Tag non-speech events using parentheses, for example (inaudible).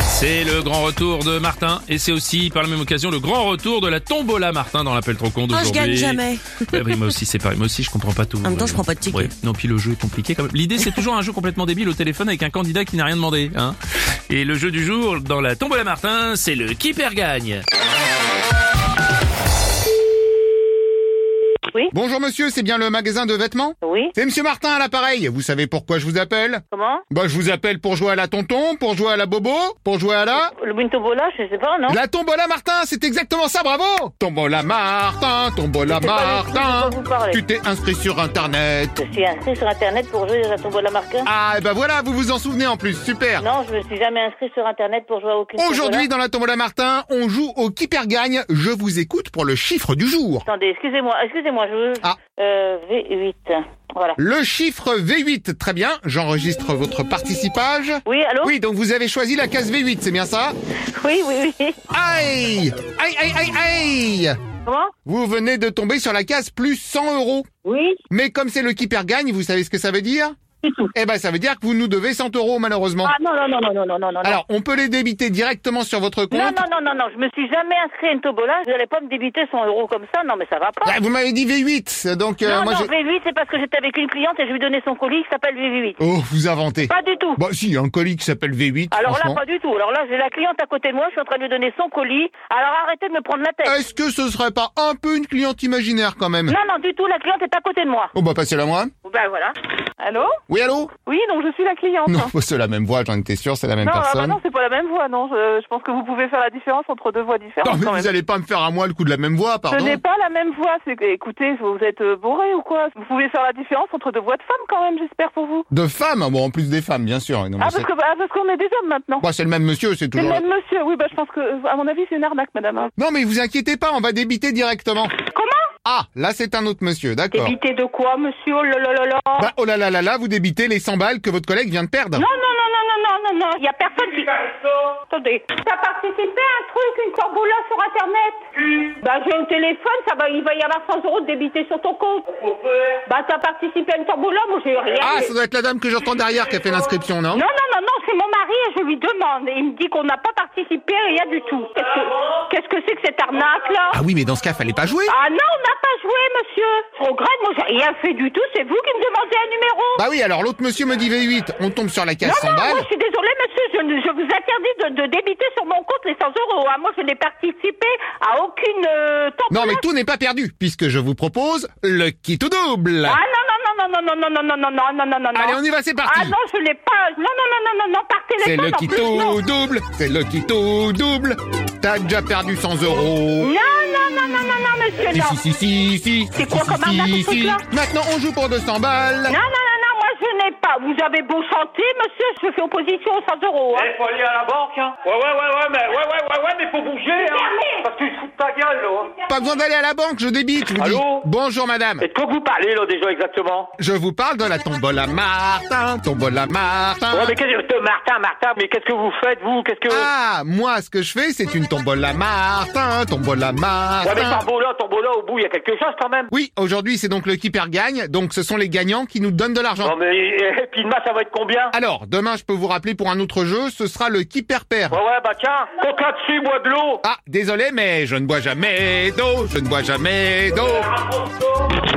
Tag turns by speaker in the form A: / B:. A: C'est le grand retour de Martin et c'est aussi par la même occasion le grand retour de la tombola Martin dans l'appel trop con
B: Ah, je
A: d'aujourd'hui.
B: gagne jamais.
A: Ouais, oui, moi aussi c'est pareil, moi aussi je comprends pas tout. En
B: même temps, je prends pas de ticket.
A: Non puis le jeu est compliqué quand même. L'idée c'est toujours un jeu complètement débile au téléphone avec un candidat qui n'a rien demandé. Hein. Et le jeu du jour dans la tombola Martin c'est le qui perd gagne.
C: Bonjour monsieur, c'est bien le magasin de vêtements
D: Oui,
C: C'est monsieur Martin à l'appareil, vous savez pourquoi je vous appelle
D: comment
C: Bah je vous appelle pour jouer à la tonton, pour jouer à la bobo, pour jouer à la...
D: Le Buntobola, je sais pas, non
C: La tombola Martin, c'est exactement ça, bravo Tombola Martin, tombola
D: Je sais pas du tout de quoi
C: Martin,
D: vous parlez.
C: tu t'es inscrit sur internet.
D: Je suis inscrit sur Internet pour jouer à la Tombola Marquin.
C: Ah, et ben voilà, vous vous en souvenez en plus, super
D: Non, je me suis jamais inscrit sur Internet pour jouer à aucune
C: Aujourd'hui,
D: tombola.
C: dans la tombola Martin, on joue au qui perd gagne. Je vous écoute pour le chiffre du jour.
D: Attendez, excusez-moi, excusez-moi, je...
C: Ah.
D: Euh, V8, voilà.
C: Le chiffre V8, très bien, j'enregistre votre participage.
D: Oui, allô
C: Oui, donc vous avez choisi la case V8, c'est bien ça
D: oui, oui, oui. (laughs)
C: Aïe Aïe, aïe, aïe, aïe
D: Comment
C: Vous venez de tomber sur la case plus 100 euros.
D: Oui,
C: Mais comme c'est le qui perd gagne, vous savez ce que ça veut
D: (laughs)
C: dire
D: du tout.
C: Eh ben, ça veut dire que vous nous devez 100 euros, malheureusement.
D: Ah non, non, non, non, non, non, non, non.
C: Alors, on peut les débiter directement sur votre compte.
D: non, non, non, non, non, je me suis jamais inscrit à une Tombola, je n'allais pas me débiter 100 euros comme ça, non mais ça va pas.
C: Ah, vous m'avez dit V8, donc euh,
D: non,
C: moi
D: non,
C: j'ai...
D: V8, c'est parce que j'étais avec une cliente et je lui donnais son colis qui s'appelle V8.
C: Oh, vous inventez.
D: Pas du tout.
C: Bah si, il y a un colis qui s'appelle V8.
D: Alors là,
C: franchement.
D: pas du tout. Alors là, j'ai la cliente à côté de moi, je suis en train de lui donner son colis. Alors arrêtez de me prendre la tête.
C: Est-ce que ce serait pas un peu une cliente imaginaire quand même
D: Non, non, du tout, la cliente est à côté de moi.
C: Oh bah passez la moi.
D: Ben voilà. Allô
C: Oui allô
D: Oui, donc je suis la cliente.
C: Non, bah, c'est la même voix, j'en étais sûr, c'est la même
D: Non, ah bah
C: personne.
D: non, c'est pas la même voix, non. Je, je pense que vous pouvez faire la différence entre deux voix différentes
C: Non, mais
D: quand
C: vous
D: même.
C: allez pas me faire à moi le coup de la même voix,
D: Ce
C: pardon.
D: n'est pas la même voix. C'est que- écoutez, vous êtes euh, bourré ou quoi Vous pouvez faire la différence entre deux voix de femmes quand même, j'espère pour vous.
C: De femmes, bon en plus des femmes bien sûr. Non, mais
D: Ah
C: c'est...
D: parce que ah, parce qu'on est des hommes maintenant.
C: Bah, c'est le même monsieur, c'est
D: C'est le
C: toujours...
D: même monsieur. Oui, bah je pense que à mon avis, c'est une arnaque, madame. hein.
C: Non mais vous inquiétez pas, on va débiter directement.
D: Comment
C: Ah, là c'est un autre monsieur, d'accord.
D: Débité de quoi, monsieur Oh là là là là.
C: Bah oh là là là là, vous débitez les 100 balles que votre collègue vient de perdre.
D: Non, non, non, non, non, non, non, non, il y a personne qui... Attendez, t'as participé à un truc, une tombola sur Internet Bah j'ai au téléphone, ça va, il va y avoir 100 euros de débité sur ton compte. Bah t'as participé à une tombola, moi j'ai rien...
C: Ah, ça doit être la dame que j'entends derrière qui a fait l'inscription, non
D: Non, non, non, non, c'est mon mari et je lui demande. Et il me dit qu'on n'a pas participé, rien du tout. Qu'est-ce que qu'est-ce que c'est que cette arnaque-là
C: Ah oui, mais dans ce cas, fallait pas jouer.
D: Ah non, on n'a pas joué, monsieur Je regrette, moi j'ai rien fait du tout, c'est vous qui me demandez un numéro
C: Bah oui, alors l'autre monsieur me dit V8, on tombe sur la case
D: Non,
C: 100
D: non, moi
C: balles.
D: je suis désolée, monsieur, je, ne- je vous interdis de, de débiter sur mon compte les 100 euros. hein. Moi, je n'ai participé à aucune euh,
C: Non,
D: tombola.
C: mais tout n'est pas perdu, puisque je vous propose le kit au double.
D: Ah non, non, non, non, non, non, non, non, non, non, non, non, non, non.
C: Allez, on y va, c'est parti.
D: Ah non, je l'ai pas. Non, non, non, non, non, non, par
C: c'est
D: téléphone.
C: le
D: en
C: kit
D: plus, non.
C: au double, c'est le kit au double. T'as déjà perdu 100 euros.
D: Non, non, non, non, non, non, monsieur,
C: Si,
D: non.
C: si, si, si, si.
D: C'est quoi
C: si,
D: comme arnaque,
C: si,
D: ce
C: si.
D: truc-là
C: Maintenant, on joue pour 200 balles.
D: Non, non, non, non, moi je n'ai pas. Vous avez beau chanter, monsieur, je fais opposition aux 100 euros. Hein.
E: Eh, faut aller à la banque, hein. Ouais, ouais, ouais, ouais, mais, ouais, ouais, ouais, ouais, mais faut bouger, hein.
D: fermé.
E: Parce que tu te fous de ta gueule, là. hein.
C: Pas besoin d'aller à la banque, je débite, je vous dis.
E: Allô Eh.
C: Bonjour, madame.
E: Et de quoi vous parlez, là, déjà, exactement
C: Je vous parle de la tombola Martin, tombola Martin.
E: Ouais, mais qu'est-ce que... Martin, Martin, mais qu'est-ce que vous faites, vous Qu'est-ce que...
C: Ah, moi, ce que je fais, c'est une tombola Martin, tombola
E: ouais, mais
C: Martin.
E: tombola, tombola, au bout, il y a quelque chose, quand même.
C: Oui, aujourd'hui, c'est donc le qui perd gagne, donc ce sont les gagnants qui nous donnent de l'argent.
E: Non, Ah. mais... (laughs) Et puis demain, ça va être combien
C: Alors, demain, je peux vous rappeler pour un autre jeu, ce sera le qui perd perd.
E: Ouais, ouais, bah tiens, coca dessus, bois de l'eau
C: Ah, désolé, mais je ne bois jamais d'eau, je ne bois jamais d'eau.